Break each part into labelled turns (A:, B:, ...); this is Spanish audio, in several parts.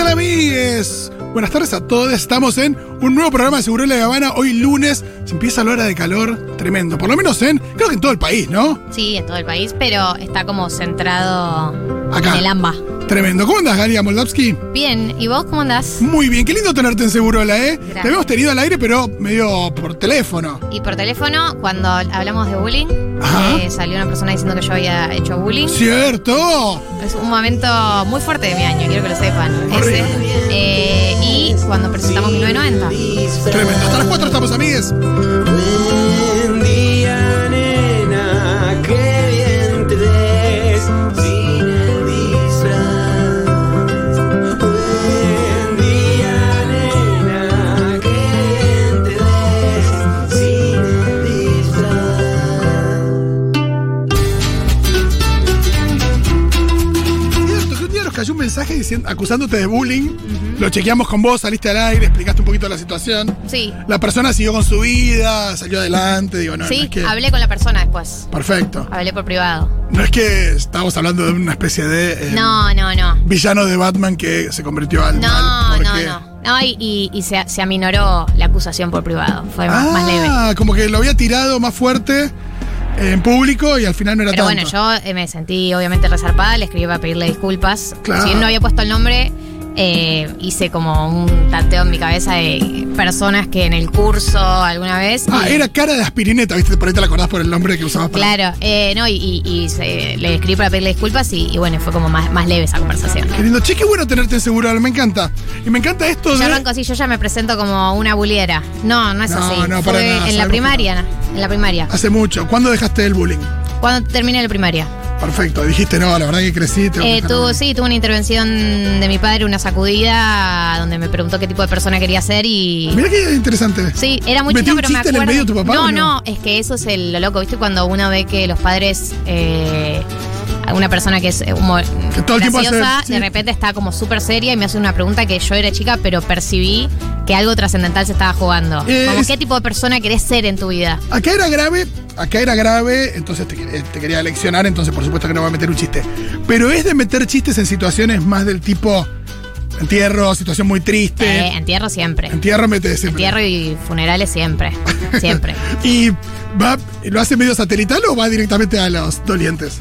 A: Hola amigues. Buenas tardes a todos. Estamos en un nuevo programa de Seguro de la Habana. Hoy lunes se empieza la hora de calor tremendo. Por lo menos en, creo que en todo el país, ¿no?
B: Sí, en todo el país, pero está como centrado
A: Acá.
B: en el AMBA.
A: Tremendo. ¿Cómo andas, Galia Moldavsky?
B: Bien, ¿y vos cómo andás?
A: Muy bien. Qué lindo tenerte en Segurola, ¿eh? Te
B: Gracias.
A: habíamos tenido al aire, pero medio por teléfono.
B: Y por teléfono, cuando hablamos de bullying,
A: Ajá.
B: eh, salió una persona diciendo que yo había hecho bullying.
A: ¿Cierto?
B: Es un momento muy fuerte de mi año, quiero que lo sepan.
A: Horrible.
B: Ese. Eh, y cuando presentamos 1990.
A: Tremendo. Hasta las 4 estamos, amigues.
C: Buen día, nena, qué bien te ves sin el disfraz. Buen día, nena, qué bien te ves sin el disfraz.
A: Cierto, que un día nos cayó un mensaje diciendo, acusándote de bullying. Lo chequeamos con vos, saliste al aire, explicaste un poquito la situación.
B: Sí,
A: La persona siguió con su vida, salió adelante, digo, no, no
B: sí,
A: es que-
B: hablé con la persona después.
A: Perfecto.
B: Hablé por privado.
A: No es que estábamos hablando de una especie de eh,
B: No, no, no.
A: villano de Batman que se convirtió al
B: No,
A: mal,
B: no,
A: porque-
B: no. No, y, y- y se, se aminoró la acusación por privado. Fue más-
A: Ah,
B: más leve.
A: como que lo había tirado más fuerte eh, en público y al final no era
B: Pero
A: tanto.
B: bueno, yo eh, me sentí obviamente resarpada, le escribí para pedirle disculpas.
A: Claro.
B: Si él no había puesto el nombre, eh, hice como un tanteo en mi cabeza de personas que en el curso alguna vez.
A: Ah,
B: y-
A: era cara de aspirineta, viste, por ahí te la acordás por el nombre que usabas para.
B: Claro, eh, no, y, y- y se- le escribí para pedirle disculpas y, y bueno, fue como más, más leve esa conversación.
A: Qué lindo. Che, qué bueno tenerte en seguro, me encanta. Y me encanta esto
B: Yo
A: de.
B: arranco así, yo ya me presento como una buliera. No, no es
A: No,
B: así.
A: no,
B: Fue
A: para nada,
B: en
A: sabemos
B: la
A: que
B: primaria, en la primaria.
A: Hace mucho. ¿Cuándo dejaste el bullying?
B: Cuando terminé la primaria.
A: Perfecto. Dijiste, no, la verdad que crecí. tengo que
B: Eh,
A: dejar el
B: tuvo,
A: bullying.
B: sí, tuve una intervención de mi padre, una sacudida, donde me preguntó qué tipo de persona quería ser y...
A: Mirá qué interesante.
B: Sí, era muy
A: ¿Metió
B: chica,
A: un
B: pero me
A: chiste
B: acuerdo...
A: en el medio tu papá, o
B: no,
A: no?
B: no, es que eso es el, lo loco, ¿viste? Cuando uno ve que los padres... Eh, alguna persona que es eh, humor,
A: Que todo el tiempo hace-
B: graciosa,
A: sí.
B: de repente está como súper seria y me hace una pregunta que yo era chica, pero percibí que algo trascendental se estaba jugando.
A: Eh,
B: como,
A: es-
B: ¿qué tipo de persona querés ser en tu vida?
A: Acá era grave, acá era grave, entonces te, eh, te quería leccionar, entonces por supuesto que no voy a meter un chiste. Pero es de meter chistes en situaciones más del tipo entierro, situación muy triste.
B: Eh, entierro siempre.
A: entierro mete siempre.
B: Entierro y funerales siempre. Siempre.
A: Y va, ¿lo hace medio satelital o va directamente a los dolientes?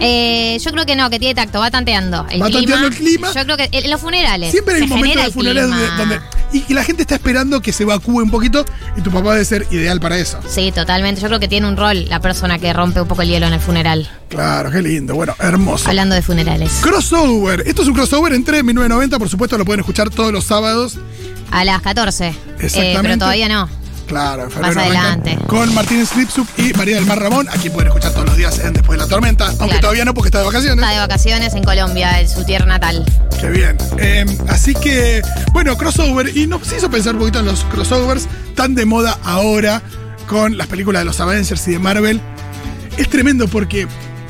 B: Eh, yo creo que no, que tiene tacto, va tanteando. El
A: Va
B: clima,
A: tanteando el clima.
B: Yo creo que en los funerales.
A: Siempre hay
B: se
A: un momento
B: genera
A: de
B: el
A: funerales donde,
B: clima.
A: donde- y, y la gente está esperando que se evacúe un poquito y tu papá debe ser ideal para eso.
B: Sí, totalmente. Yo creo que tiene un rol la persona que rompe un poco el hielo en el funeral.
A: Claro, qué lindo. Bueno, hermoso.
B: Hablando de funerales.
A: Crossover. Esto es un crossover entre 1990, por supuesto lo pueden escuchar todos los sábados.
B: A las 14. Eh,
A: Exactamente.
B: pero todavía no.
A: Claro, en
B: Más
A: febrero arrancan
B: adelante.
A: Con Martínez Slipsuk y María del Mar Ramón, a quien pueden escuchar todos los días en Después de la Tormenta, aunque
B: Claro.
A: todavía no porque está de vacaciones.
B: Está de vacaciones en Colombia, en su tierra natal.
A: Qué bien. Eh, así que, bueno, crossover. Y nos hizo pensar un poquito en los crossovers tan de moda ahora con las películas de los Avengers y de Marvel. Es tremendo porque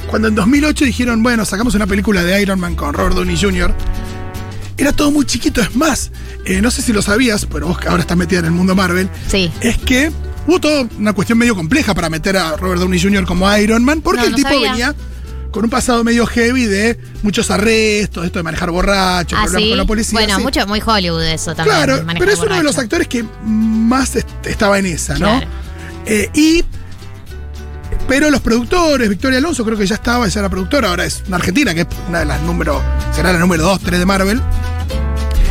A: cuando en 2008 dijeron, bueno, sacamos una película de Iron Man con Robert Downey Jr., era todo muy chiquito. Es más, eh, no sé si lo sabías, pero vos que ahora estás metida en el mundo Marvel,
B: Sí.
A: es que hubo toda una cuestión medio compleja para meter a Robert Downey Jr. como Iron Man, porque
B: No,
A: el
B: no
A: tipo
B: sabía.
A: venía con un pasado medio heavy de muchos arrestos, esto de manejar borracho,
B: Ah,
A: problemas
B: sí.
A: con la policía.
B: bueno,
A: sí.
B: mucho, muy Hollywood eso también.
A: Claro,
B: manejar
A: pero es uno de los
B: borracho.
A: actores que más est- estaba en esa, ¿no?
B: Claro.
A: Eh, y. Pero los productores, Victoria Alonso creo que ya estaba, ya era productora, ahora es una argentina, que es una de las número, será la número 2, 3 de Marvel.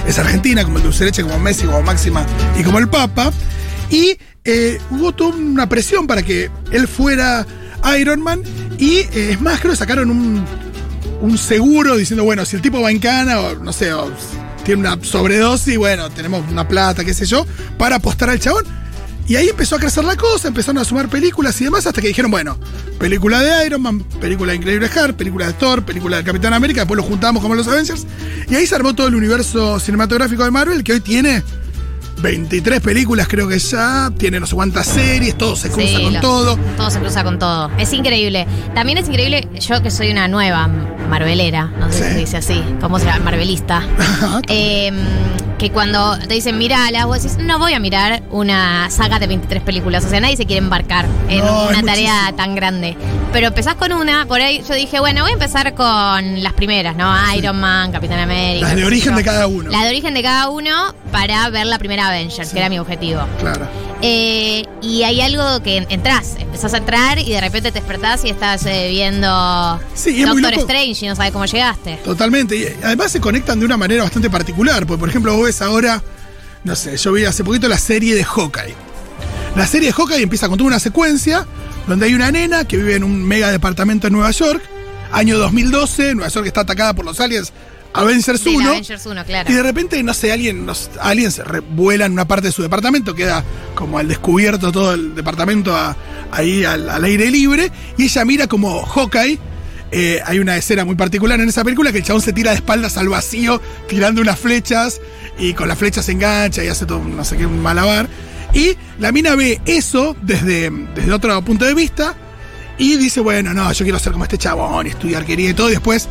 A: Es argentina, como el Dulce Leche, como Messi, como Máxima y como el Papa. Y eh, hubo toda una presión para que él fuera Iron Man. Y eh, es más, creo que sacaron un, un seguro diciendo, bueno, si el tipo va en cana o no sé, o tiene una sobredosis, bueno, tenemos una plata, qué sé yo, para apostar al chabón. Y ahí empezó a crecer la cosa, empezaron a sumar películas y demás, hasta que dijeron, bueno, película de Iron Man, película de Increíble Hulk, película de Thor, película de Capitán América, después lo juntamos como los Avengers, y ahí se armó todo el universo cinematográfico de Marvel, que hoy tiene 23 películas creo que ya, tiene no sé cuántas series, todo se cruza
B: Sí,
A: con
B: lo-
A: todo.
B: Todo se cruza con todo. Es increíble. También es increíble, yo que soy una nueva marvelera, no sé
A: Sí.
B: si se dice así, como será marvelista.
A: Ajá.
B: eh, que cuando te dicen mírala, vos decís, no voy a mirar una saga de 23 películas. O sea, nadie se quiere embarcar en
A: No, es
B: una tarea
A: muchísimo.
B: tan grande. Pero empezás con una, por ahí yo dije, bueno, voy a empezar con las primeras, ¿no? Iron Man, Capitán América.
A: Las de
B: qué sé
A: origen
B: yo.
A: de cada uno.
B: Las de origen de cada uno para ver la primera Avengers,
A: Sí.
B: que era mi objetivo.
A: Claro.
B: Eh, y hay algo que en- entras, empezás a entrar y de repente te despertás y estás eh, viendo
A: Sí, y es muy
B: Doctor
A: loco.
B: Strange y no sabes cómo llegaste.
A: Totalmente. Y eh, además se conectan de una manera bastante particular. Porque, por ejemplo, vos ves ahora, no sé, yo vi hace poquito la serie de Hawkeye. La serie de Hawkeye empieza con toda una secuencia donde hay una nena que vive en un mega departamento en Nueva York. Año 2012, Nueva York está atacada por los aliens Avengers
B: De la
A: 1.
B: Avengers 1, claro.
A: Y de repente, no sé, alguien, los aliens re- vuelan una parte de su departamento, queda como al descubierto todo el departamento a- ahí al, al aire libre, y ella mira como Hawkeye. eh, hay una escena muy particular en esa película que el chabón se tira de espaldas al vacío tirando unas flechas y con las flechas se engancha y hace todo un- no sé qué un malabar y la mina ve eso desde, desde otro punto de vista y dice bueno no yo quiero ser como este chabón y estudiar quería y todo y después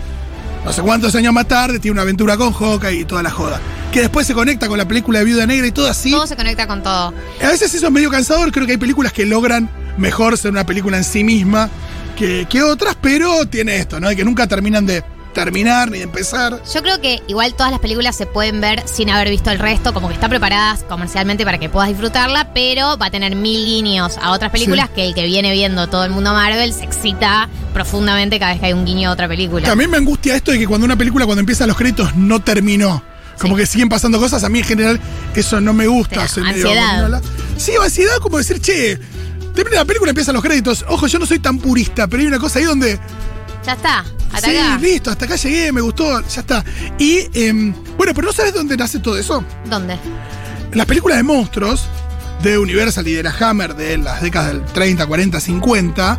A: no sé cuántos años más tarde tiene una aventura con Hawkeye y toda la joda. Que después se conecta con la película de Viuda Negra y todo así.
B: Todo se conecta con todo.
A: A veces eso es medio cansador, creo que hay películas que logran mejor ser una película en sí misma que, que otras, pero tiene esto, ¿no? De que nunca terminan de terminar ni de empezar.
B: Yo creo que igual todas las películas se pueden ver sin haber visto el resto, como que están preparadas comercialmente para que puedas disfrutarla, pero va a tener mil guiños a otras películas
A: Sí.
B: que el que viene viendo todo el mundo Marvel se excita profundamente cada vez que hay un guiño a otra película.
A: También me angustia esto de que cuando una película, cuando empiezan los créditos, no terminó. Como
B: Sí.
A: que siguen pasando cosas, a mí en general eso no me
B: Te da
A: gusta. soy medio
B: ansiedad.
A: gominola. Sí, o ansiedad como decir, che, termina la película, empiezan los créditos. Ojo, yo no soy tan purista, pero hay una cosa ahí donde...
B: Ya está, hasta
A: sí,
B: acá.
A: listo, hasta acá llegué, me gustó, ya está. Y em, bueno, pero ¿no sabes dónde nace todo eso?
B: ¿Dónde?
A: En las películas de monstruos de Universal y de la Hammer de las décadas del 30, 40, 50,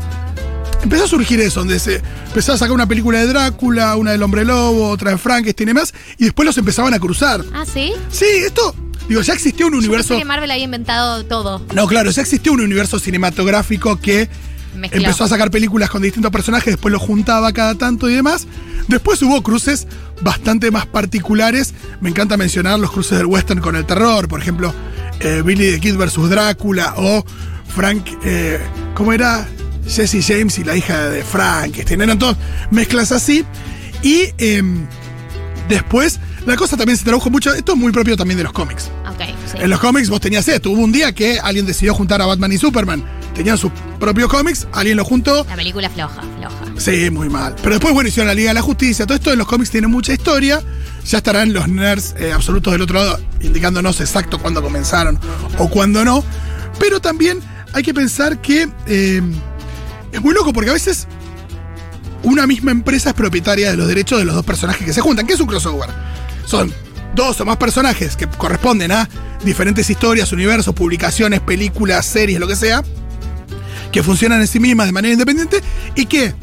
A: empezó a surgir eso, donde se empezó a sacar una película de Drácula, una del Hombre Lobo, otra de Frankenstein y demás, y después los empezaban a cruzar.
B: Ah, sí.
A: Sí, esto, digo, ya existió un
B: Yo pensé
A: universo...
B: que Marvel había inventado todo.
A: No, claro, ya existió un universo cinematográfico que
B: Mezcló.
A: empezó a sacar películas con distintos personajes, después los juntaba cada tanto y demás. Después hubo cruces bastante más particulares. Me encanta mencionar los cruces del western con el terror, por ejemplo, eh, Billy the Kid versus Drácula o Frank, eh, ¿cómo era? Jesse James y la hija de Frank. este, Eran todos mezclas así. Y em, después la cosa también se tradujo mucho. Esto es muy propio también de los cómics.
B: Ok, sí.
A: En los cómics vos tenías esto. Hubo un día que alguien decidió juntar a Batman y Superman. Tenían sus propios cómics, alguien lo juntó.
B: La película floja, floja.
A: Sí, muy mal. Pero después, bueno, hicieron la Liga de la Justicia. Todo esto en los cómics tiene mucha historia. Ya estarán los nerds eh, absolutos del otro lado indicándonos exacto cuándo comenzaron o cuándo no. Pero también hay que pensar que eh, es muy loco porque a veces una misma empresa es propietaria de los derechos de los dos personajes que se juntan. ¿Qué es un crossover? Son dos o más personajes que corresponden a diferentes historias, universos, publicaciones, películas, series, lo que sea, que funcionan en sí mismas de manera independiente y que,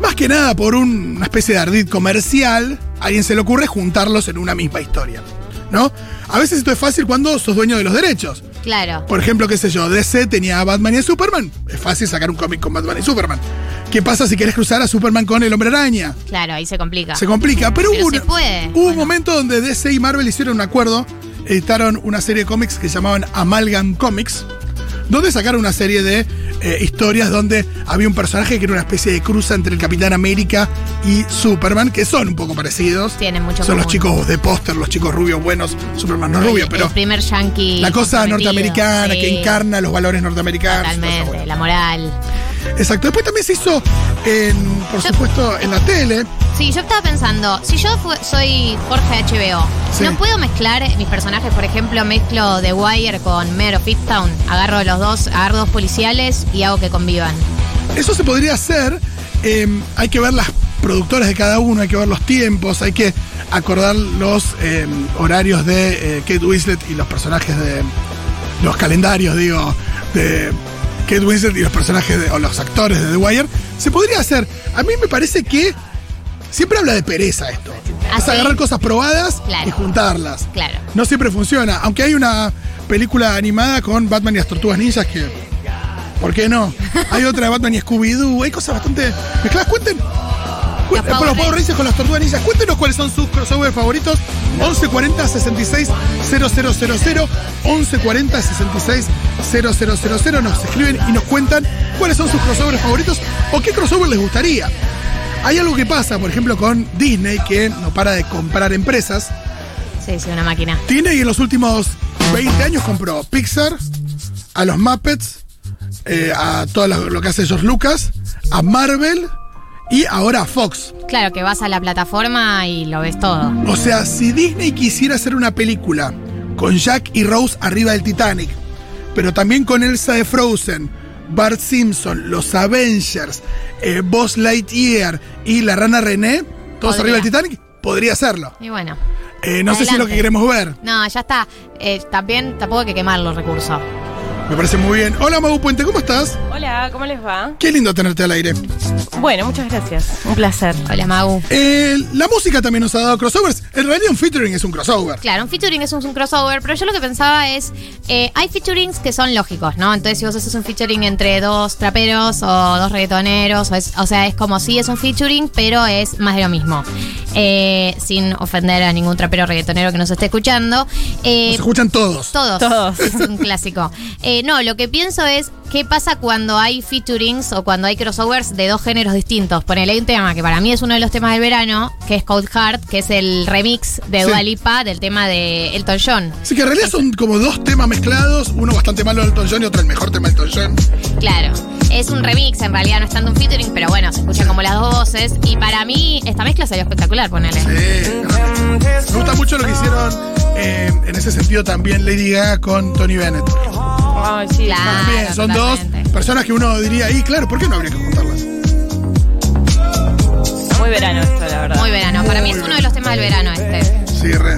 A: más que nada por un- una especie de ardid comercial, a alguien se le ocurre juntarlos en una misma historia. ¿No? A veces esto es fácil cuando sos dueño de los derechos.
B: Claro.
A: Por ejemplo, qué sé yo, DC tenía a Batman y a Superman. Es fácil sacar un cómic con Batman y Superman. ¿Qué pasa si querés cruzar a Superman con el hombre araña?
B: Claro, ahí se complica.
A: Se complica, pero,
B: Pero
A: hubo,
B: se
A: una-
B: puede.
A: hubo un
B: Bueno.
A: momento donde DC y Marvel hicieron un acuerdo, editaron una serie de cómics que llamaban Amalgam Comics, donde sacaron una serie de eh, historias donde había un personaje que era una especie de cruza entre el Capitán América y Superman, que son un poco parecidos.
B: Tienen mucho en
A: Son los
B: común.
A: chicos de póster, los chicos rubios buenos, Superman no es
B: El-
A: rubio, pero
B: El primer yankee.
A: la cosa
B: comprometido.
A: norteamericana
B: Sí,
A: que encarna los valores norteamericanos. todo eso,
B: Totalmente,
A: Ah, bueno.
B: la moral.
A: Exacto. Después también se hizo, en, por
B: Yo-
A: supuesto, en la tele.
B: Sí, yo estaba pensando, si yo fu- soy Jorge HBO,
A: Sí.
B: ¿no puedo mezclar mis personajes? Por ejemplo, mezclo The Wire con Mayor of Easttown, agarro los dos, agarro dos policiales y hago que convivan.
A: Eso se podría hacer. eh, hay que ver las productoras de cada uno, hay que ver los tiempos, hay que acordar los eh, horarios de eh, Kate Winslet y los personajes de. los calendarios, digo, de Kate Winslet y los personajes de, o los actores de The Wire. Se podría hacer. A mí me parece que. Siempre habla de pereza esto. Es
B: Así.
A: agarrar cosas probadas
B: Claro.
A: y juntarlas.
B: Claro.
A: No siempre funciona. Aunque hay una película animada con Batman y las tortugas ninjas que. ¿Por qué no? Hay otra de Batman y Scooby-Doo. Hay cosas bastante. ¿Mezcladas? Cuenten. Cu-
B: Los
A: eh, por los
B: Power
A: Power Rangers con las tortugas ninjas. Cuéntenos cuáles son sus crossover favoritos. 1140 66 0000 1140 66 0000 Nos escriben y nos cuentan cuáles son sus crossovers favoritos o qué crossover les gustaría. Hay algo que pasa, por ejemplo, con Disney, que no para de comprar empresas.
B: Sí, sí, una máquina.
A: Disney en los últimos 20 años compró Pixar, a los Muppets, eh, a todo lo, lo que hace George Lucas, a Marvel y ahora a Fox.
B: Claro, que vas a la plataforma y lo ves todo.
A: O sea, si Disney quisiera hacer una película con Jack y Rose arriba del Titanic, pero también con Elsa de Frozen, Bart Simpson, los Avengers, eh, Buzz Lightyear y la rana René, todos
B: Podría.
A: arriba del Titanic, podría hacerlo.
B: Y bueno.
A: Eh, no sé si es lo
B: Adelante.
A: que queremos ver.
B: No, ya está. Eh, también tampoco hay que quemar los recursos.
A: Me parece muy bien. Hola Mau Puente, ¿cómo estás?
D: Hola, ¿cómo les va?
A: Qué lindo tenerte al aire.
D: Bueno, muchas gracias. Un placer.
B: Hola, Magu.
A: Eh, la música también nos ha dado crossovers. En realidad un featuring es un crossover.
B: Claro, un featuring es un, un crossover, pero yo lo que pensaba es, eh, hay featurings que son lógicos, ¿no? Entonces si vos haces un featuring entre dos traperos o dos reggaetoneros, o, es- o sea, es como si es un featuring, pero es más de lo mismo. Eh, sin ofender a ningún trapero reggaetonero que nos esté escuchando. Eh,
A: Nos escuchan todos.
B: todos.
D: Todos.
B: Es un clásico. Eh, no, lo que pienso es qué pasa cuando hay featurings o cuando hay crossovers de dos géneros distintos. Ponele, hay un tema que para mí es uno de los temas del verano, que es Cold Heart, que es el remix de
A: Sí.
B: Dua Lipa del tema de Elton John.
A: Así que en realidad son como dos temas mezclados, uno bastante malo de Elton John y otro el mejor tema de Elton John.
B: Claro. Es un remix, en realidad no es tanto un featuring, pero bueno, se escuchan como las dos voces. Y para mí, esta mezcla salió espectacular, ponele.
A: Eh, me gusta mucho lo que hicieron eh, en ese sentido también Lady Gaga con Tony Bennett.
D: Ay, sí.
B: Claro.
A: Bien, son
B: totalmente.
A: dos personas que uno diría, y claro, ¿por qué no habría que juntarlas?
D: Muy verano esto, la verdad.
B: Muy verano. Para mí es uno de los temas del verano este.
A: Sí, re.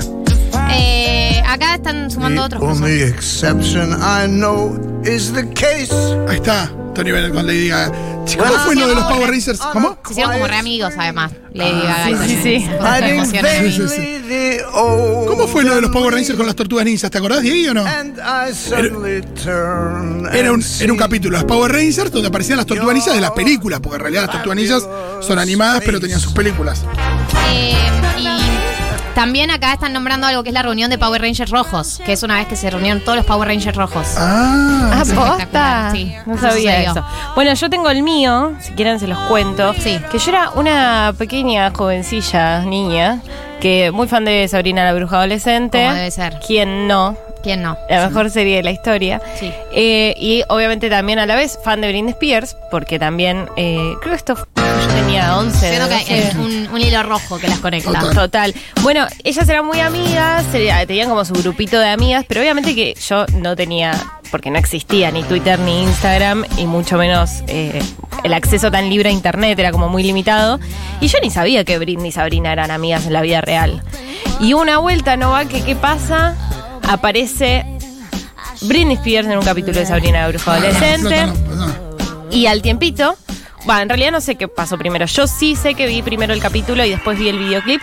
B: Eh, acá están sumando
E: The
B: otros.
E: only exception I know is the case.
A: Ahí está, Tony Bennett con Lady Gaga. Che, ¿Cómo fue lo de los Power Rangers? ¿Cómo?
B: Se hicieron como re amigos, además. Lady
A: Ah,
B: Gaga y
D: sí,
B: Tony
D: sí, sí.
B: Bennett. Esas cosas que
E: Hiding
B: emocionan a mí.
A: Sí, sí,
E: vainly the old
A: ¿Cómo fue lo de los Power Rangers con las tortugas ninjas? ¿Te acordás, Diego, o no?
E: And I suddenly turn
A: Era un,
E: and
A: era un
E: see
A: capítulo de Power Rangers donde aparecían las tortugas ninjas de las películas, porque en realidad las tortugas ninjas son animadas, pero tenían sus películas.
B: Eh, y también acá están nombrando algo que es la reunión de Power Rangers rojos, que es una vez que se reunieron todos los Power Rangers rojos.
A: Ah,
D: Ah,
B: Es espectacular,
D: posta.
B: sí.
D: no sabía
B: Sucedió.
D: eso. Bueno, yo tengo el mío, si quieren se los cuento.
B: Sí.
D: Que yo era una pequeña jovencilla, niña, que muy fan de Sabrina la Bruja Adolescente.
B: Como debe ser.
D: ¿Quién no?
B: ¿Quién no?
D: La mejor serie de la historia.
B: Sí.
D: Eh, y obviamente también a la vez fan de Britney Spears, porque también eh, creo que esto fue- yo tenía 11.
B: Siento que hay
D: 12.
B: eh, un, un hilo rojo que las conecta.
A: Total.
D: Total. Bueno, ellas eran muy amigas, se- ah, tenían como su grupito de amigas, pero obviamente que yo no tenía, porque no existía ni Twitter ni Instagram, y mucho menos eh, el acceso tan libre a Internet, era como muy limitado. Y yo ni sabía que Britney y Sabrina eran amigas en la vida real. Y una vuelta, ¿no va? que qué pasa? Aparece Britney Spears en un capítulo de Sabrina la Bruja Adolescente.
A: Ah, No, no, no.
D: Y al tiempito, va, en realidad no sé qué pasó primero. Yo sí sé que vi primero el capítulo y después vi el videoclip.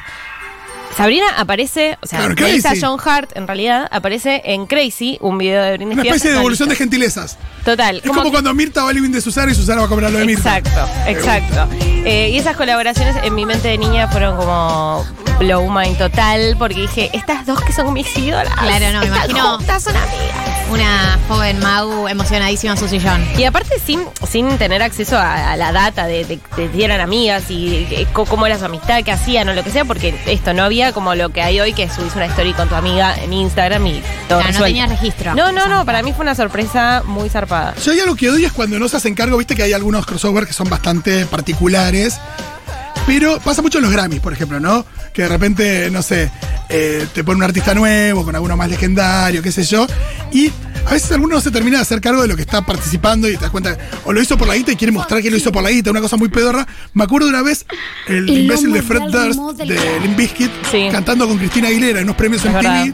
D: Sabrina aparece, o sea,
A: Claro,
D: le dice a
A: Crazy.
D: John Hart, en realidad, aparece en Crazy, un video de Britney
A: Una
D: Spears.
A: especie de evolución de
D: solista.
A: gentilezas.
D: Total.
A: Es como
D: que-
A: cuando Mirta va al living de Susana y Susana va a comprar lo de Mirta.
D: Exacto, exacto. Eh, y esas colaboraciones en mi mente de niña fueron como blow mind total, porque dije, estas dos que son mis ídolas.
B: Claro, no, me
D: están
B: imagino.
D: juntas, son amigas.
B: Una joven Mau emocionadísima en su sillón.
D: Y aparte sin, sin tener acceso a, a la data de, de, de si eran amigas y eh, co- cómo era su amistad, qué hacían o lo que sea, porque esto no había como lo que hay hoy que subís una story con tu amiga en Instagram y
B: Claro,
D: todo
B: no
D: resuelto.
B: tenías registro.
D: No, no, no, para mí fue una sorpresa muy zarpada.
A: Yo ya lo que odio es cuando no se hacen cargo, viste que hay algunos crossovers que son bastante particulares. Pero pasa mucho en los Grammys, por ejemplo, ¿no? Que de repente, no sé, eh, te pone un artista nuevo, con alguno más legendario, qué sé yo. Y a veces alguno no se termina de hacer cargo de lo que está participando y te das cuenta, o lo hizo por la guita y quiere mostrar que lo hizo por la guita, una cosa muy pedorra. Me acuerdo una vez el imbécil de Fred Durst, de Limp Bizkit,
D: Sí.
A: cantando con Cristina Aguilera en unos premios
D: Es
A: en
D: verdad.
A: TV,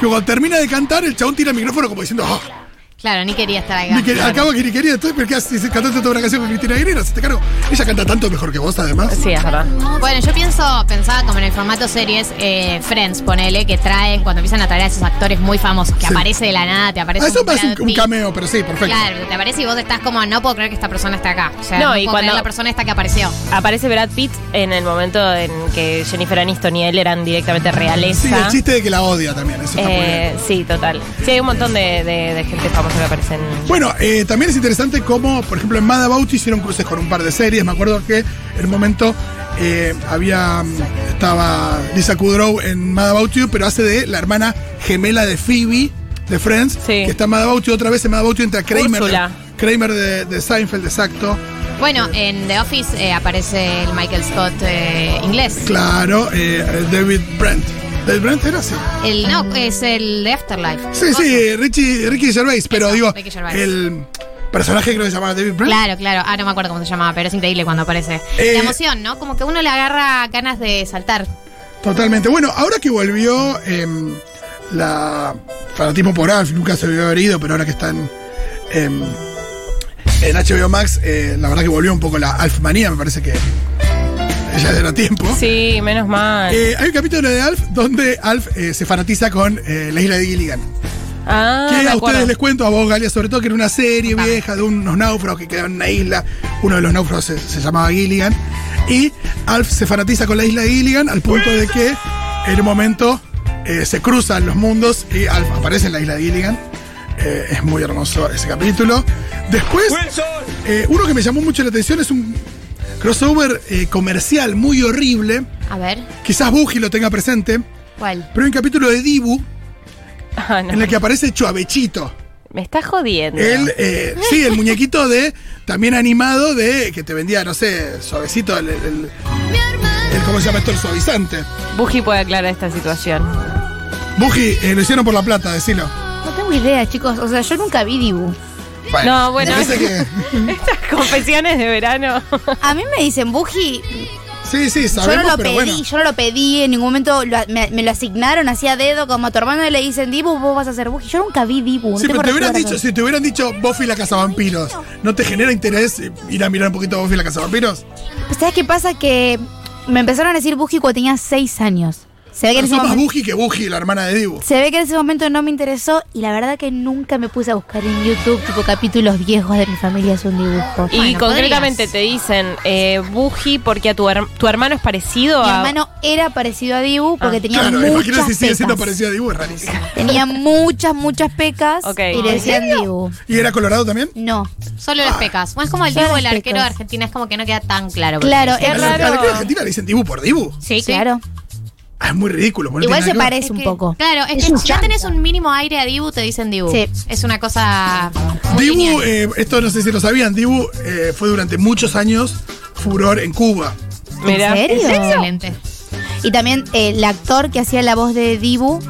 A: que cuando termina de cantar, el chabón tira el micrófono como diciendo, "Ah,
B: Claro, ni quería estar acá.
A: Ni que- acabo que ni quería, entonces ¿por qué haces- cantaste toda una canción con Cristina Aguilera, se te cargo. Ella canta tanto mejor que vos, además.
D: Sí, es verdad.
B: Bueno, yo pienso, pensaba como en el formato series eh, Friends, ponele, que traen cuando empiezan a traer a esos actores muy famosos, que
A: Sí.
B: aparece de la nada, te aparece
A: Ah, eso
B: un
A: parece un,
B: Brad
A: un
B: Pitt.
A: cameo, pero sí, perfecto.
B: Claro, te aparece y vos estás como, no puedo creer que esta persona está acá. O sea,
D: No,
B: no,
D: y
B: puedo
D: cuando-
B: creer la persona esta que apareció.
D: Aparece Brad Pitt en el momento en que Jennifer Aniston y él eran directamente
A: Sí,
D: realeza.
A: el chiste de que la odia también, eso está muy bien.
D: Eh, sí, total. Sí, hay un montón de, de- de gente famosa que aparece en...
A: Bueno, eh, también es interesante cómo, por ejemplo, en Mad About hicieron cruces con un par de series. Me acuerdo que en el momento eh, había mm, estaba Lisa Kudrow en Mad About You, pero hace de la hermana gemela de Phoebe de Friends, que está en Mad About You otra vez en Mad About You entra Kramer,
D: Úrsula.
A: de, Kramer de, de Seinfeld, exacto.
B: Bueno, en The Office eh, aparece el Michael Scott eh, inglés.
A: Claro, eh, David Brent. David Brent era así.
B: El no, es el de Afterlife.
A: Sí, sí, Richie, Ricky Gervais, pero
B: Eso,
A: digo,
B: Ricky Gervais.
A: el personaje creo que se llamaba David Brent.
B: Claro, claro. Ah, no me acuerdo cómo se llamaba, pero es increíble cuando aparece.
A: Eh,
B: la emoción, ¿no? Como que uno le agarra ganas de saltar.
A: Totalmente. Bueno, ahora que volvió em, la fanatismo por Alf, nunca se vio herido, pero ahora que están em, en HBO Max, eh, la verdad que volvió un poco la Alfmanía, me parece que ya era tiempo.
D: Sí, menos mal.
A: Eh, hay un capítulo de Alf donde Alf eh, se fanatiza con eh, la isla de Gilligan.
D: Ah,
A: que
D: me
A: a
D: acuerdo.
A: ustedes les cuento, a vos, Galia, sobre todo, que era una serie vieja de unos náufragos que quedaron en una isla. Uno de los náufragos se, se llamaba Gilligan. Y Alf se fanatiza con la isla de Gilligan al punto de que en un momento eh, se cruzan los mundos y Alf aparece en la isla de Gilligan. Eh, es muy hermoso ese capítulo. Después, eh, uno que me llamó mucho la atención es un crossover eh, comercial muy horrible.
B: A ver,
A: Quizás Buji lo tenga presente,
B: ¿cuál?
A: pero hay un capítulo de Dibu
D: Ah, no.
A: en el que aparece Chuavechito.
D: Me está jodiendo.
A: El, eh, sí, el muñequito de, también animado de, que te vendía, no sé, suavecito, el, el- el- el- ¿cómo se llama esto? El suavizante.
D: Buji puede aclarar esta situación.
A: Buji, eh, lo hicieron por la plata, decilo.
F: No tengo idea, chicos. O sea, yo nunca vi Dibu.
D: No, bueno.
A: me parece que-
D: Estas confesiones de verano.
F: A mí me dicen Buji.
A: sí, sí,
F: Yo no
A: sabemos,
F: lo
A: pero
F: pedí,
A: bueno.
F: yo no lo pedí. En ningún momento lo- me, me lo asignaron así a dedo. Como a tu hermano le dicen Dibu, vos vas a ser Buji. Yo nunca vi Dibu. no
A: Sí,
F: tengo
A: pero te hubieran
F: recuerdos.
A: dicho, si te hubieran dicho Buffy la cazavampiros, ¿no te genera interés ir a mirar un poquito Buffy la cazavampiros?
F: Pues, ¿Sabes qué pasa? Que me empezaron a decir Buji cuando tenía 6 años. Se ve, que en
A: Pero
F: ese
A: sos más
F: momento,
A: Ah, Buji que Buji, la hermana de Dibu.
F: se ve que en ese momento no me interesó y la verdad que nunca me puse a buscar en YouTube tipo capítulos viejos de mi familia es un dibujo.
D: Y
B: Bueno,
D: concretamente
B: podrías.
D: te dicen eh, Buji porque a tu, her- tu hermano es parecido
F: Mi
D: a.
F: hermano era parecido a Dibu porque
D: Ah.
F: tenía
A: Claro,
F: muchas
A: imagínate si sigue siendo
F: pecas.
A: parecido a Dibu, es rarísimo.
F: Tenía muchas, muchas pecas
D: Ok.
F: y le decían Dibu.
A: ¿Y era colorado también?
F: No.
B: Solo las pecas. Bueno, es como el
F: Solo
B: Diego, el
F: las
B: arquero de
F: pecas.
B: Argentina, es como que no queda tan claro.
F: Claro,
A: A
F: es
A: la-
F: raro.
A: A la que Argentina le dicen Dibu por Dibu.
F: Sí, claro.
A: Ah, es muy ridículo. bueno,
F: Igual
A: tiene
F: se
A: nada que ver.
F: parece un poco.
B: Claro, es, que si ya tenés un mínimo aire a Dibu, te dicen Dibu.
F: Sí.
B: Es una cosa. muy
A: Dibu,
B: lineal.
A: eh, esto no sé si lo sabían, Dibu eh, fue durante muchos años furor en Cuba.
D: Mirá.
F: ¿En serio?
B: Excelente.
F: Y también eh, el actor que hacía la voz de Dibu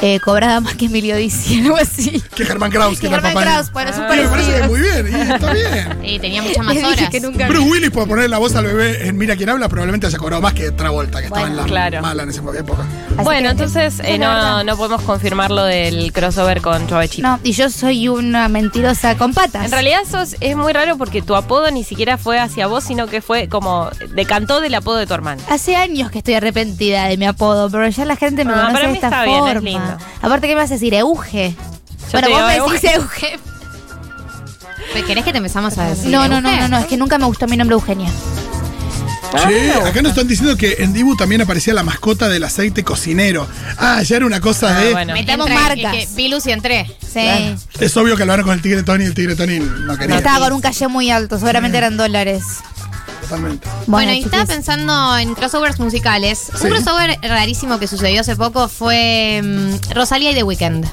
F: eh, cobraba más que Emilio Dizzy, algo así.
A: Que Germán Kraus, que
F: Que
A: era el
F: Germán
A: papá. de-
F: Kraus, bueno, es un
A: Y me parece que
F: parecido.
A: muy bien, y está bien.
B: Sí, tenía muchas más
F: Les
B: horas.
F: dije que nunca vi.
A: Bruce Willis por poner la voz al bebé en Mira quién habla, probablemente haya cobrado más que Travolta, que estaba en la
D: claro.
A: mala en esa época.
F: Así
D: Bueno,
F: que-
D: entonces eh,
F: es la
D: no,
F: verdad.
D: no podemos confirmar lo del crossover con Chovechito.
F: No, y yo soy una mentirosa con patas.
D: En realidad sos, es muy raro porque tu apodo ni siquiera fue hacia vos, sino que fue como decantó del apodo de tu hermano.
F: Hace años que estoy arrepentida de mi apodo, pero ya la gente me
D: Ah,
F: conoce
D: para
F: de
D: mí
F: esta
D: está bien,
F: forma.
D: es lindo.
F: Aparte, ¿qué me vas a decir? Euge. bueno,
D: te
F: vos
D: digo
F: me
D: Euge.
F: decís Euge.
B: ¿Querés que te empezamos a decir?
F: No, no, no,
B: Euge?
F: no, no, es que nunca me gustó mi nombre Eugenia.
A: Che, acá nos están diciendo que en Dibu también aparecía la mascota del aceite cocinero. Ah, ya era una cosa
D: Ah,
A: de.
D: bueno.
B: Metamos
F: Entré,
B: marcas.
F: es
B: Es
F: que
B: que y entré.
F: Sí.
A: Es obvio que hablaron con el tigre Tony, el tigre Tony no quería.
F: Estaba con un caché muy alto, seguramente eran dólares.
A: Totalmente.
B: Bueno, y
F: chiquis.
B: estaba pensando en crossovers musicales.
A: Sí.
B: Un crossover rarísimo que sucedió hace poco fue mm, Rosalía y The Weeknd.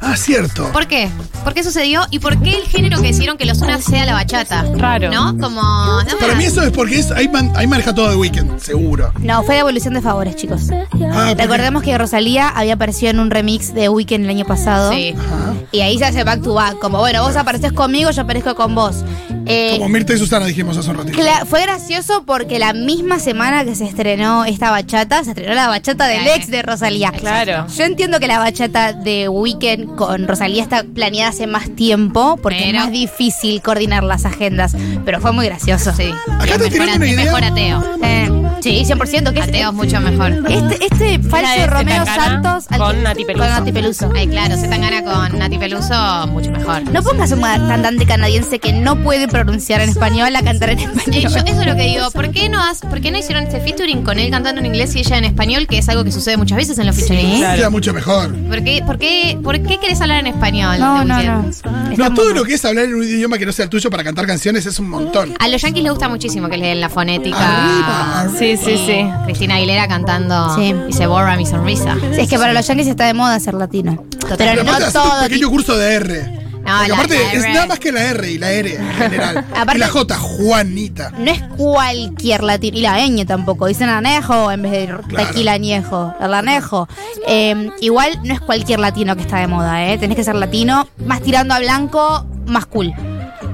A: Ah, cierto.
B: ¿Por qué? ¿Por qué sucedió? ¿Y por qué el género que hicieron que los una sea la bachata?
D: Raro.
B: ¿No? Como... no,
A: Para
B: no.
A: mí eso es porque es, ahí, man- ahí maneja todo de weekend, seguro.
F: No, fue devolución de favores, chicos.
A: Ah, porque-
F: Recordemos que Rosalía había aparecido en un remix de Weekend el año pasado.
B: Sí.
A: Ajá.
F: Y ahí se hace back to back, como bueno, vos apareces conmigo, yo aparezco con vos. Eh,
A: Como Mirta y Susana dijimos hace un ratito.
F: cla- fue gracioso porque la misma semana que se estrenó esta bachata, se estrenó la bachata del
B: Sí.
F: ex de Rosalía.
D: Claro.
F: Yo entiendo que la bachata de Weekend con Rosalía está planeada hace más tiempo porque
B: Pero-
F: es más difícil coordinar las agendas. Pero fue muy gracioso. Sí,
A: Acá te
B: Es mejor,
A: tirando una
B: es
A: idea.
B: mejor ateo.
F: Eh, sí 100%. Que es-
B: Ateo es mucho mejor.
F: este, este
D: La
F: falso
D: de
F: Romeo
D: Zetangana
F: Santos al-
D: con Nati Peluso.
F: con Nati Peluso.
B: Ay, claro, se tan gana con Nati Peluso, mucho mejor.
F: No pongas un cantante canadiense que no puede pronunciar en español a cantar en
B: Eh, yo
F: español.
B: eso es lo que digo. ¿Por qué, no has, ¿Por qué no hicieron este featuring con él cantando en inglés y ella en español? Que es algo que sucede muchas veces en los featurings.
A: Queda mucho mejor.
B: ¿Por, qué, por, qué, ¿Por qué querés hablar en español?
F: No,
B: The
F: no,
B: Weeknd?
F: no. Está
A: No,
F: muy
A: todo
F: mal.
A: lo que es hablar en un idioma que no sea el tuyo para cantar canciones es un montón.
B: A los yankees les gusta muchísimo que les den la
A: Arriba,
B: fonética.
A: arriba.
D: Sí, sí, sí.
B: Cristina Aguilera cantando
F: Sí.
B: y se borra mi sonrisa.
F: Sí, es que para los yankees está de moda ser latino. Pero,
A: Pero aparte
F: no
A: hacer un
F: todo.
A: pequeño curso de R. Porque
B: la-
A: aparte
B: la
A: es
B: R.
A: nada más que la R y la R en general.
F: Aparte-
A: y la J, Juanita.
F: No es cualquier latino. Y la ñ tampoco. Dicen anejo en vez de tequila añejo. El anejo. Eh, igual no es cualquier latino que está de moda, ¿eh? Tenés que ser latino, más tirando a blanco, más cool.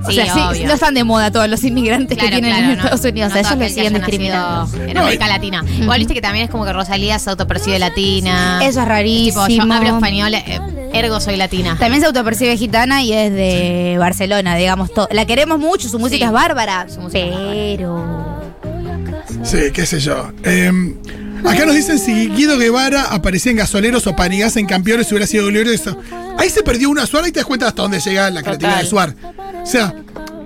F: o
B: Sí,
F: sea, sí,
B: obvio.
F: no están de moda todos los inmigrantes que
B: Claro,
F: tienen
B: claro,
F: en
B: no.
F: Estados Unidos.
B: No
F: a ellos
B: todo
F: los
B: aquel que
F: siguen
B: haya
F: discriminando.
B: nacido En
A: No,
B: América
A: y-
B: Latina. Igual viste que también es como que Rosalía se autopercibe latina.
F: Eso es rarísimo.
B: Ah. Tipo, yo hablo español, eh, ergo soy latina.
F: También se autopercibe gitana y es de Barcelona, digamos. to- La queremos mucho, su música
B: Sí.
F: es bárbara.
B: Su música es bárbara.
F: pero.
A: Sí, qué sé yo. Em, acá nos dicen si Guido Guevara aparecía en gasoleros o panigas en campeones, hubiera sido glorioso. Ahí se perdió una Suar y te das cuenta hasta dónde llega la creatividad de Suar. O sea,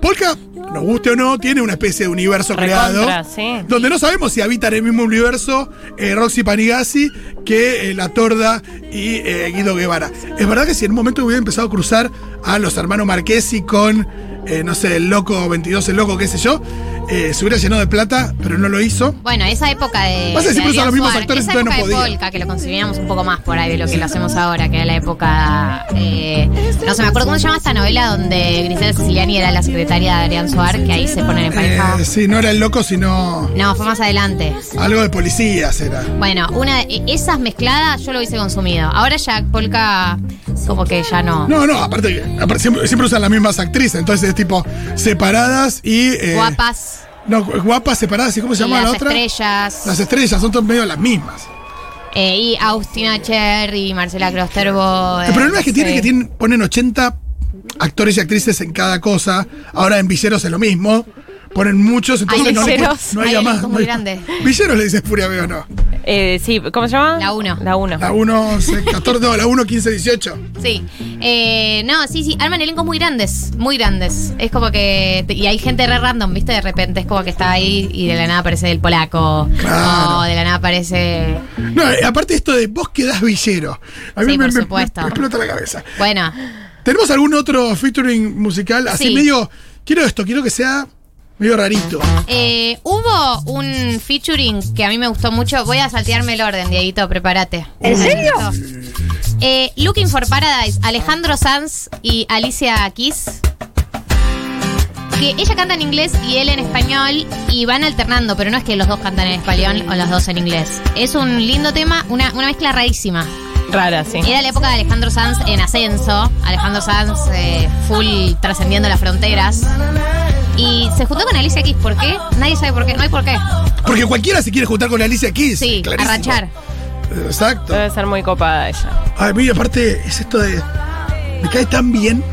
A: Polka, nos guste o no, tiene una especie de universo
D: Recontra,
A: creado.
D: sí.
A: Donde no sabemos si habitan el mismo universo eh, Roxy Panigasi que eh, La Torda y eh, Guido Guevara. Es verdad que si en un momento hubiera empezado a cruzar a los hermanos Marquesi con, eh, no sé, el loco 22, el loco, qué sé yo, eh, se hubiera llenado de plata, pero no lo hizo.
B: Bueno, esa época de.
A: Pasa que siempre
B: de
A: son los
B: Adrián
A: mismos
B: Suárez,
A: actores,
B: esa
A: entonces no
B: época de
A: podía.
B: Polka, que lo consumíamos un poco más por ahí de lo que lo hacemos ahora, que era la época. eh, no sé, me acuerdo cómo se llama esta novela donde Griselda Siciliani era la secretaria de Adrián Suárez, que ahí se ponen en pareja.
A: Eh, sí, no era el loco, sino
B: No, fue más adelante.
A: algo de policías era.
B: Bueno, una de esas mezcladas yo lo hubiese consumido. Ahora ya Polka, como que ya no.
A: No, no, aparte, que- aparte siempre, siempre usan las mismas actrices, entonces es tipo separadas y... eh,
B: Guapas,
A: No, guapas separadas y ¿cómo se
B: y
A: llama la
B: las
A: otra?
B: estrellas,
A: Las estrellas, son todas medio las mismas.
B: eh, y Austina Cherry, Marcela Crosterbo. eh,
A: El problema es que tiene
D: sí.
A: que tienen, ponen 80 actores y actrices en cada cosa. Ahora en Villeros es lo mismo. Ponen muchos, entonces
B: Hay
A: no, le
D: Villeros.
A: pon- no hay más.
B: Hay elencos
A: no
B: muy
A: hay-
B: grandes.
A: Villeros le dicen Furia Veo, no.
D: Eh, sí, ¿cómo se llama?
B: La uno.
D: La 1.
A: La 1, 14, no, la 1, 15, 18.
B: Sí. Eh, no, sí, sí. Arman elencos muy grandes. Muy grandes. Es como que. Y hay gente re random, ¿viste? De repente es como que está ahí y de la nada aparece el polaco.
A: Claro.
B: O de la nada aparece.
A: No, eh, aparte esto de vos quedás villero. A mí
B: Sí,
A: me,
B: por
A: me-
B: supuesto.
A: me explota la cabeza.
B: Bueno,
A: ¿Tenemos algún otro featuring musical? Así
B: Sí.
A: medio. Quiero esto, quiero que sea medio rarito.
B: eh, hubo un featuring que a mí me gustó mucho. Voy a saltearme el orden, Dieguito, prepárate. ¿En serio? Looking for Paradise, Alejandro Sanz y Alicia Keys. Que ella canta en inglés y él en español y van alternando, pero no es que los dos cantan en español o los dos en inglés. Es un lindo tema, una, una mezcla rarísima.
D: Rara, sí.
B: Era la época de Alejandro Sanz en ascenso, Alejandro Sanz eh, full trascendiendo las fronteras. Y se juntó con Alicia Keys, ¿por qué? Nadie sabe por qué, no hay por qué.
A: Porque cualquiera se quiere juntar con la Alicia Keys.
B: Sí,
A: clarísimo.
B: arrachar.
A: Exacto.
D: Debe ser muy copada ella.
A: A mí, aparte, es esto de. Me cae tan bien,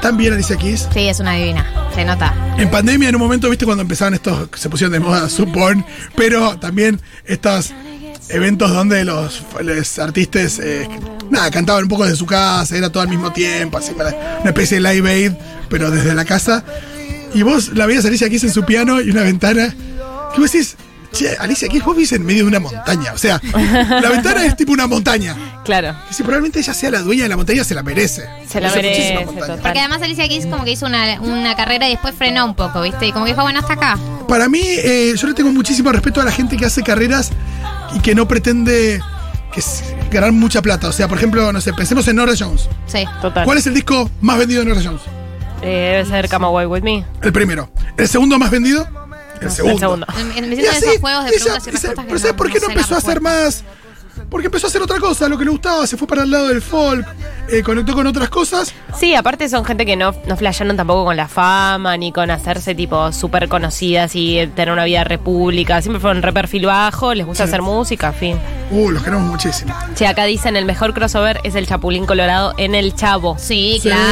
A: tan bien Alicia Keys.
B: Sí, es una divina, se nota.
A: En pandemia, en un momento, viste, cuando empezaban estos, se pusieron de moda Supon, pero también estos eventos donde los, los artistas, eh, nada, cantaban un poco desde su casa, era todo al mismo tiempo, así, una una especie de live aid, pero desde la casa. Y vos la veías a Alicia Keys en su piano y una ventana, que vos decís, che, Alicia Keys, vos vivís en medio de una montaña, o sea, la ventana es tipo una montaña.
D: Claro.
A: Y si probablemente ella sea la dueña de la montaña, se la merece.
D: Se la
A: Hizo
D: merece,
A: muchísimas montañas.
D: total.
B: Porque además Alicia Keys como que hizo una, una carrera y después frenó un poco, ¿viste? Y como que dijo, bueno, hasta acá.
A: Para mí, eh, yo le tengo muchísimo respeto a la gente que hace carreras y que no pretende que s- ganar mucha plata. O sea, por ejemplo, no sé, pensemos en Nora Jones.
B: Sí.
D: Total.
A: ¿Cuál es el disco más vendido de Nora Jones?
D: Eh, debe ser Come Away With Me.
A: El primero. ¿El segundo más vendido? El segundo.
D: El segundo.
B: Me, me
A: Y
B: siento
A: así,
B: en esos juegos
A: ella-
B: de preguntas y
A: ella-
B: respuestas que
A: pero ¿sabes por qué no
B: sé la
A: empezó a hacer
B: respuesta.
A: más? Porque empezó a hacer otra cosa, lo que le gustaba, se fue para el lado del folk. eh, conectó con otras cosas.
D: Sí, aparte son gente que no, no flashearon tampoco con la fama ni con hacerse tipo súper conocidas y tener una vida república. Siempre fueron re perfil bajo, les gusta hacer música, fin.
A: Uh, los queremos muchísimo.
D: Che, acá dicen el mejor crossover es el Chapulín Colorado en el Chavo.
B: Sí,
A: Sí.
B: claro.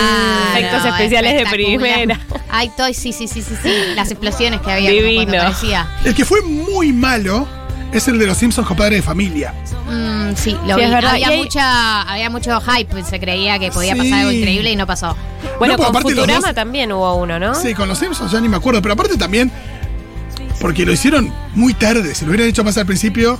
D: Efectos especiales de
B: espectacular.
D: primera.
B: Ay, Toy, sí, sí, sí, sí, sí. Las explosiones que había como cuando
D: Divino.
B: aparecía.
A: El que fue muy malo es el de los Simpsons compadre de familia.
B: Mm, sí, lo
D: Sí,
B: vi.
D: es verdad.
B: Había,
D: Y hay-
B: mucha, había mucho hype, se creía que podía
A: Sí.
B: pasar algo increíble y no pasó.
D: Bueno,
A: No, pero
D: con
A: aparte los
D: Futurama
A: dos-
D: también hubo uno, ¿no?
A: Sí, con los Simpsons ya ni me acuerdo, pero aparte también porque lo hicieron muy tarde, si lo hubieran hecho más al principio.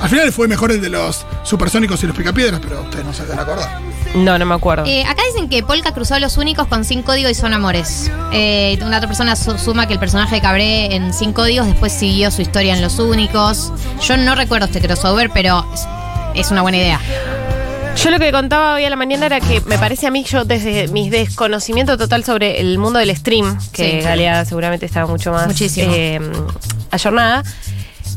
A: Al final fue mejor el de los supersónicos y los picapiedras, pero ustedes no se van a acordar.
D: No, no me acuerdo.
B: Eh, acá dicen que Polka cruzó los únicos con sin código y son amores. Eh, una otra persona su- suma que el personaje de Cabré en sin códigos después siguió su historia en los únicos. Yo no recuerdo este crossover, pero es, es una buena idea.
D: Yo lo que contaba hoy a la mañana era que me parece a mí, yo desde mi desconocimiento total sobre el mundo del stream, que
B: Sí.
D: Galea seguramente estaba mucho más
B: Muchísimo.
D: eh, ayornada,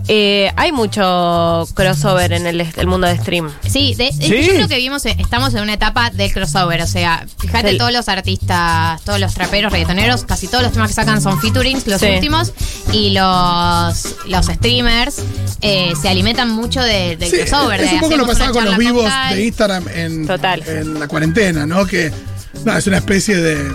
D: eh, hay mucho crossover en el, est- el mundo de stream.
B: Sí, de- es que yo creo que vivimos, en- estamos en una etapa del crossover. O sea, fíjate,
D: Sí.
B: todos los artistas, todos los traperos, reggaetoneros, casi todos los temas que sacan son featurings, los
D: Sí.
B: últimos. Y los, los streamers eh, se alimentan mucho de- del
A: Sí,
B: crossover.
A: es
B: de
A: un poco
B: hacemos
A: lo que pasaba
B: una
A: con los
B: charla
A: vivos
B: tal.
A: de Instagram en,
D: Total.
A: en la cuarentena, ¿no? Que no, es una especie de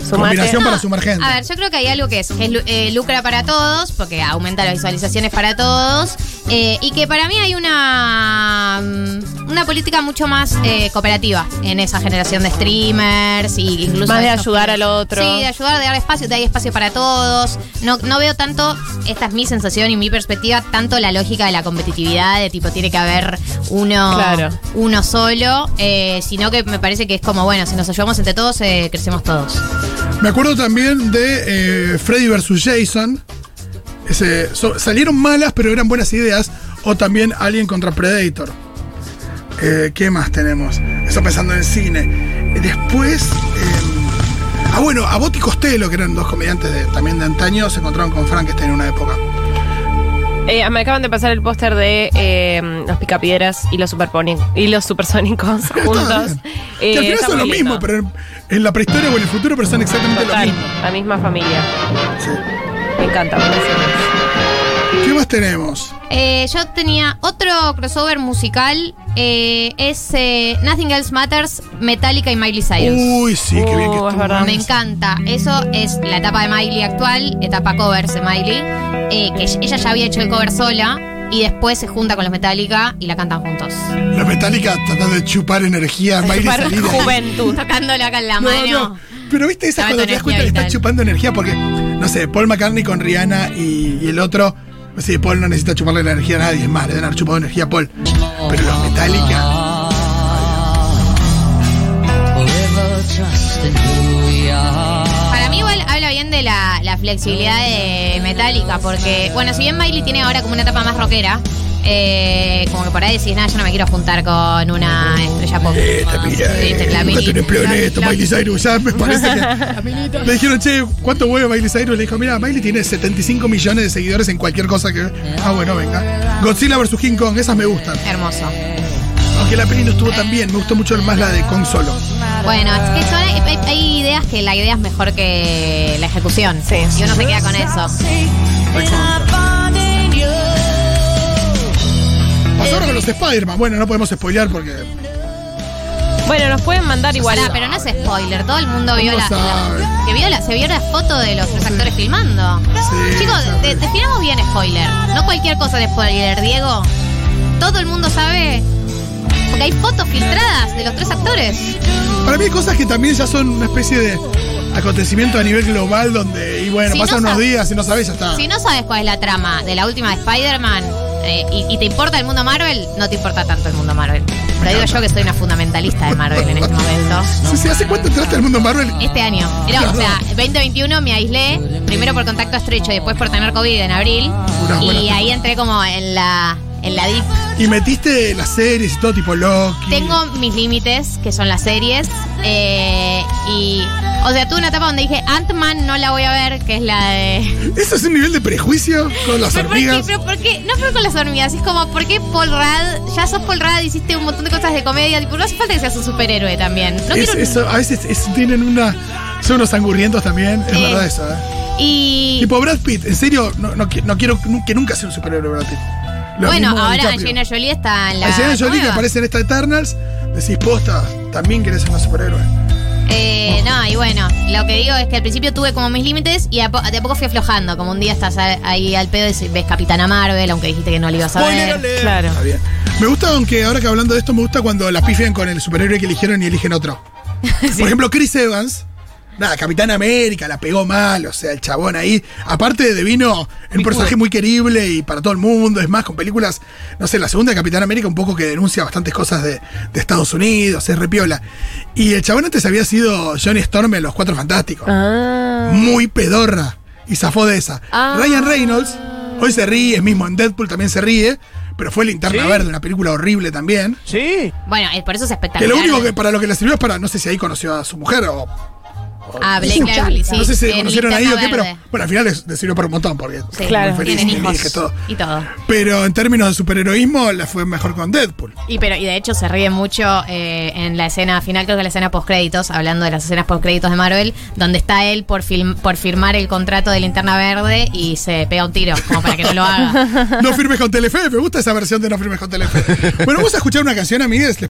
D: Sumate.
A: combinación para
B: No,
A: sumar gente.
B: A ver, yo creo que hay algo que es, es lu- eh, lucra para todos, porque aumenta las visualizaciones para todos, eh, y que para mí hay una mm, una política mucho más eh, cooperativa en esa generación de streamers y incluso
D: Más de
B: estos
D: ayudar
B: que-
D: al otro.
B: Sí, de ayudar, de dar espacio, de dar espacio para todos. No, no veo tanto, esta es mi sensación y mi perspectiva, tanto la lógica de la competitividad, de tipo tiene que haber uno,
D: Claro.
B: uno solo, eh, sino que me parece que es como, bueno, si nos ayudamos entre todos, eh, crecemos todos.
A: Me acuerdo también de eh, Freddy vs. Jason. Ese- so- salieron malas, pero eran buenas ideas. O también Alien contra Predator. Eh, ¿Qué más tenemos? Eso pensando en cine. Y Después. eh, ah, bueno, a y Costello, que eran dos comediantes de- también de antaño, se encontraron con Frankenstein en una época.
D: Eh, me acaban de pasar el póster de eh, los picapiedras y los, superponi- y los supersónicos juntos.
A: Está bien. Que al
D: Eh,
A: final
D: está
A: son lo
D: muy lindo.
A: mismo, pero en, en la prehistoria o en el futuro, pero son exactamente lo
D: Total,
A: mismo.
D: la misma familia.
A: Sí.
D: Me encanta. buenísimo.
A: ¿Qué más tenemos?
B: Eh, yo tenía otro crossover musical. eh, es eh, Nothing Else Matters, Metallica y Miley Cyrus.
A: Uy, sí, qué bien que
D: Uh, es
A: estuvo.
D: verdad.
B: Me encanta. Eso es la etapa de Miley actual, etapa covers de Miley. eh, que ella ya había hecho el cover sola y después se junta con los Metallica y la cantan juntos.
A: La metálica tratando de chupar energía, Miley
D: Chupar
A: salir de ahí.
D: juventud.
B: Tocándola acá en la
A: No,
B: mano.
A: no. Pero viste esas
B: Estaba
A: cuando
B: con
A: te das cuenta que
B: energía
A: están
B: vital.
A: chupando energía porque, no sé, Paul McCartney con Rihanna y, y el otro. pues Sí, Paul no necesita chuparle la energía a nadie, es más, le deben haber chupado energía a Paul. Pero los Metallica.
B: Para mí igual habla bien de la, la flexibilidad de Metallica, porque, bueno, si bien Miley tiene ahora como una etapa más rockera, eh, como que por ahí decís, nada, yo no me quiero juntar con una estrella pop.
A: Esta pilla,
B: Viste,
A: eh,
B: la
A: nunca
B: mini-
A: tuve empleo en
B: la-
A: esto,
B: la-
A: Miley Cyrus, ya me parece que. Le dijeron, che, ¿cuánto hueve Miley Cyrus? Le dijo, mira, Miley tiene 75 millones de seguidores en cualquier cosa que. Ah, bueno, venga. Godzilla vs. King Kong, esas me gustan.
B: Hermoso.
A: Aunque la peli no estuvo tan bien, me gustó mucho más la de Kong solo.
B: Bueno, es que son, hay, hay ideas que la idea es mejor que la ejecución.
D: Sí.
B: Y uno se queda con eso.
A: Pasó ahora con los Spider-Man. Bueno, no podemos spoilear porque.
D: Bueno, nos pueden mandar igual.
B: Pará, pero no es spoiler, todo el mundo vio
A: No
B: la,
A: sabe.
B: la- que vio la- se vio la foto de los tres actores filmando.
A: Sí,
B: Chicos,
A: sabe.
B: de- definamos bien spoiler, no cualquier cosa de spoiler, Diego. Todo el mundo sabe porque hay fotos filtradas de los tres actores.
A: Para mí hay cosas que también ya son una especie de acontecimiento a nivel global donde, y bueno,
B: Si
A: pasan
B: no
A: unos
B: sab-
A: días y no sabés, ya está.
B: Si no sabes cuál es la trama de la última de Spider-Man eh, y, y te importa el mundo Marvel, no te importa tanto el mundo Marvel. Lo digo yo que soy una fundamentalista de Marvel en este momento.
A: Sí, sí, ¿Hace cuánto entraste al mundo Marvel?
B: Este año. Era, o sea, 2021 me aislé, primero por contacto estrecho y después por tener COVID en abril.
A: Una buena
B: Y ahí entré como en la en la DIP.
A: Y metiste las series y todo tipo Loki.
B: Tengo mis límites, que son las series. eh, y. O sea, tuve una etapa donde dije, Ant-Man no la voy a ver, que es la de.
A: ¿Eso es un nivel de prejuicio con las
B: pero, ¿por qué?
A: hormigas?
B: pero ¿por qué? No, pero con las hormigas. Es como, ¿por qué Paul Rudd? Ya sos Paul Rudd, hiciste un montón de cosas de comedia. Tipo, no hace falta que seas un superhéroe también.
A: Es-
B: No quiero un-
A: eso, a veces es- tienen una. Son unos sangurrientos también. Es
B: Sí.
A: verdad eso, ¿eh?
B: Y.
A: Tipo Brad Pitt, en serio, no, no qui- no quiero nu- que nunca sea un superhéroe Brad Pitt. Lo
B: bueno,
A: mismo
B: ahora
A: DiCaprio.
B: Angelina Jolie está en la.
A: Angelina Jolie que
B: nueva.
A: aparece en esta Eternals, decís posta, también querés ser una superhéroe.
B: Eh, no, y bueno, lo que digo es que al principio tuve como mis límites y a po- de a poco fui aflojando. Como un día estás a- ahí al pedo y ves Capitana Marvel, aunque dijiste que no lo ibas a
A: Spoiler
B: ver.
A: alert.
D: Claro.
A: Está bien. Me gusta, aunque ahora que hablando de esto, me gusta cuando la pifian con el superhéroe que eligieron y eligen otro. Por ejemplo, Chris Evans. Nada, Capitán América la pegó mal, o sea, el chabón ahí. Aparte de vino un personaje muy querible y para todo el mundo, es más, con películas, no sé, la segunda de Capitán América, un poco que denuncia bastantes cosas de, de Estados Unidos, es repiola. Y el chabón antes había sido Johnny Storm en Los Cuatro Fantásticos
D: Ah.
A: muy pedorra y zafó de esa.
B: Ah.
A: Ryan Reynolds hoy se ríe, mismo en Deadpool también se ríe, pero fue Linterna
G: ¿Sí?
A: Verde, una película horrible también.
G: Sí.
B: Bueno, eh, por eso es
A: Que
B: espectacular.
A: lo único que para lo que le sirvió es para, no sé si ahí conoció a su mujer o
B: Ah, Blake Lively, sí.
A: no sé si
B: en
A: conocieron ahí o
B: Linterna
A: qué, pero
B: Verde.
A: bueno, al final les, les sirvió para un montón porque
B: Sí,
D: Claro.
A: muy feliz
B: tienen
A: y
B: hijos
A: dije todo.
B: y todo.
A: Pero en términos de superheroísmo, la fue mejor con Deadpool.
B: Y pero y de hecho se ríe mucho eh, en la escena final, creo que la escena post créditos, hablando de las escenas post créditos de Marvel, donde está él por film- por firmar el contrato de Linterna Verde y se pega un tiro como para que no lo haga.
A: No firmes con Telefe, me gusta esa versión de No firmes con Telefe. Bueno, vamos a escuchar una canción, amigues, ¿les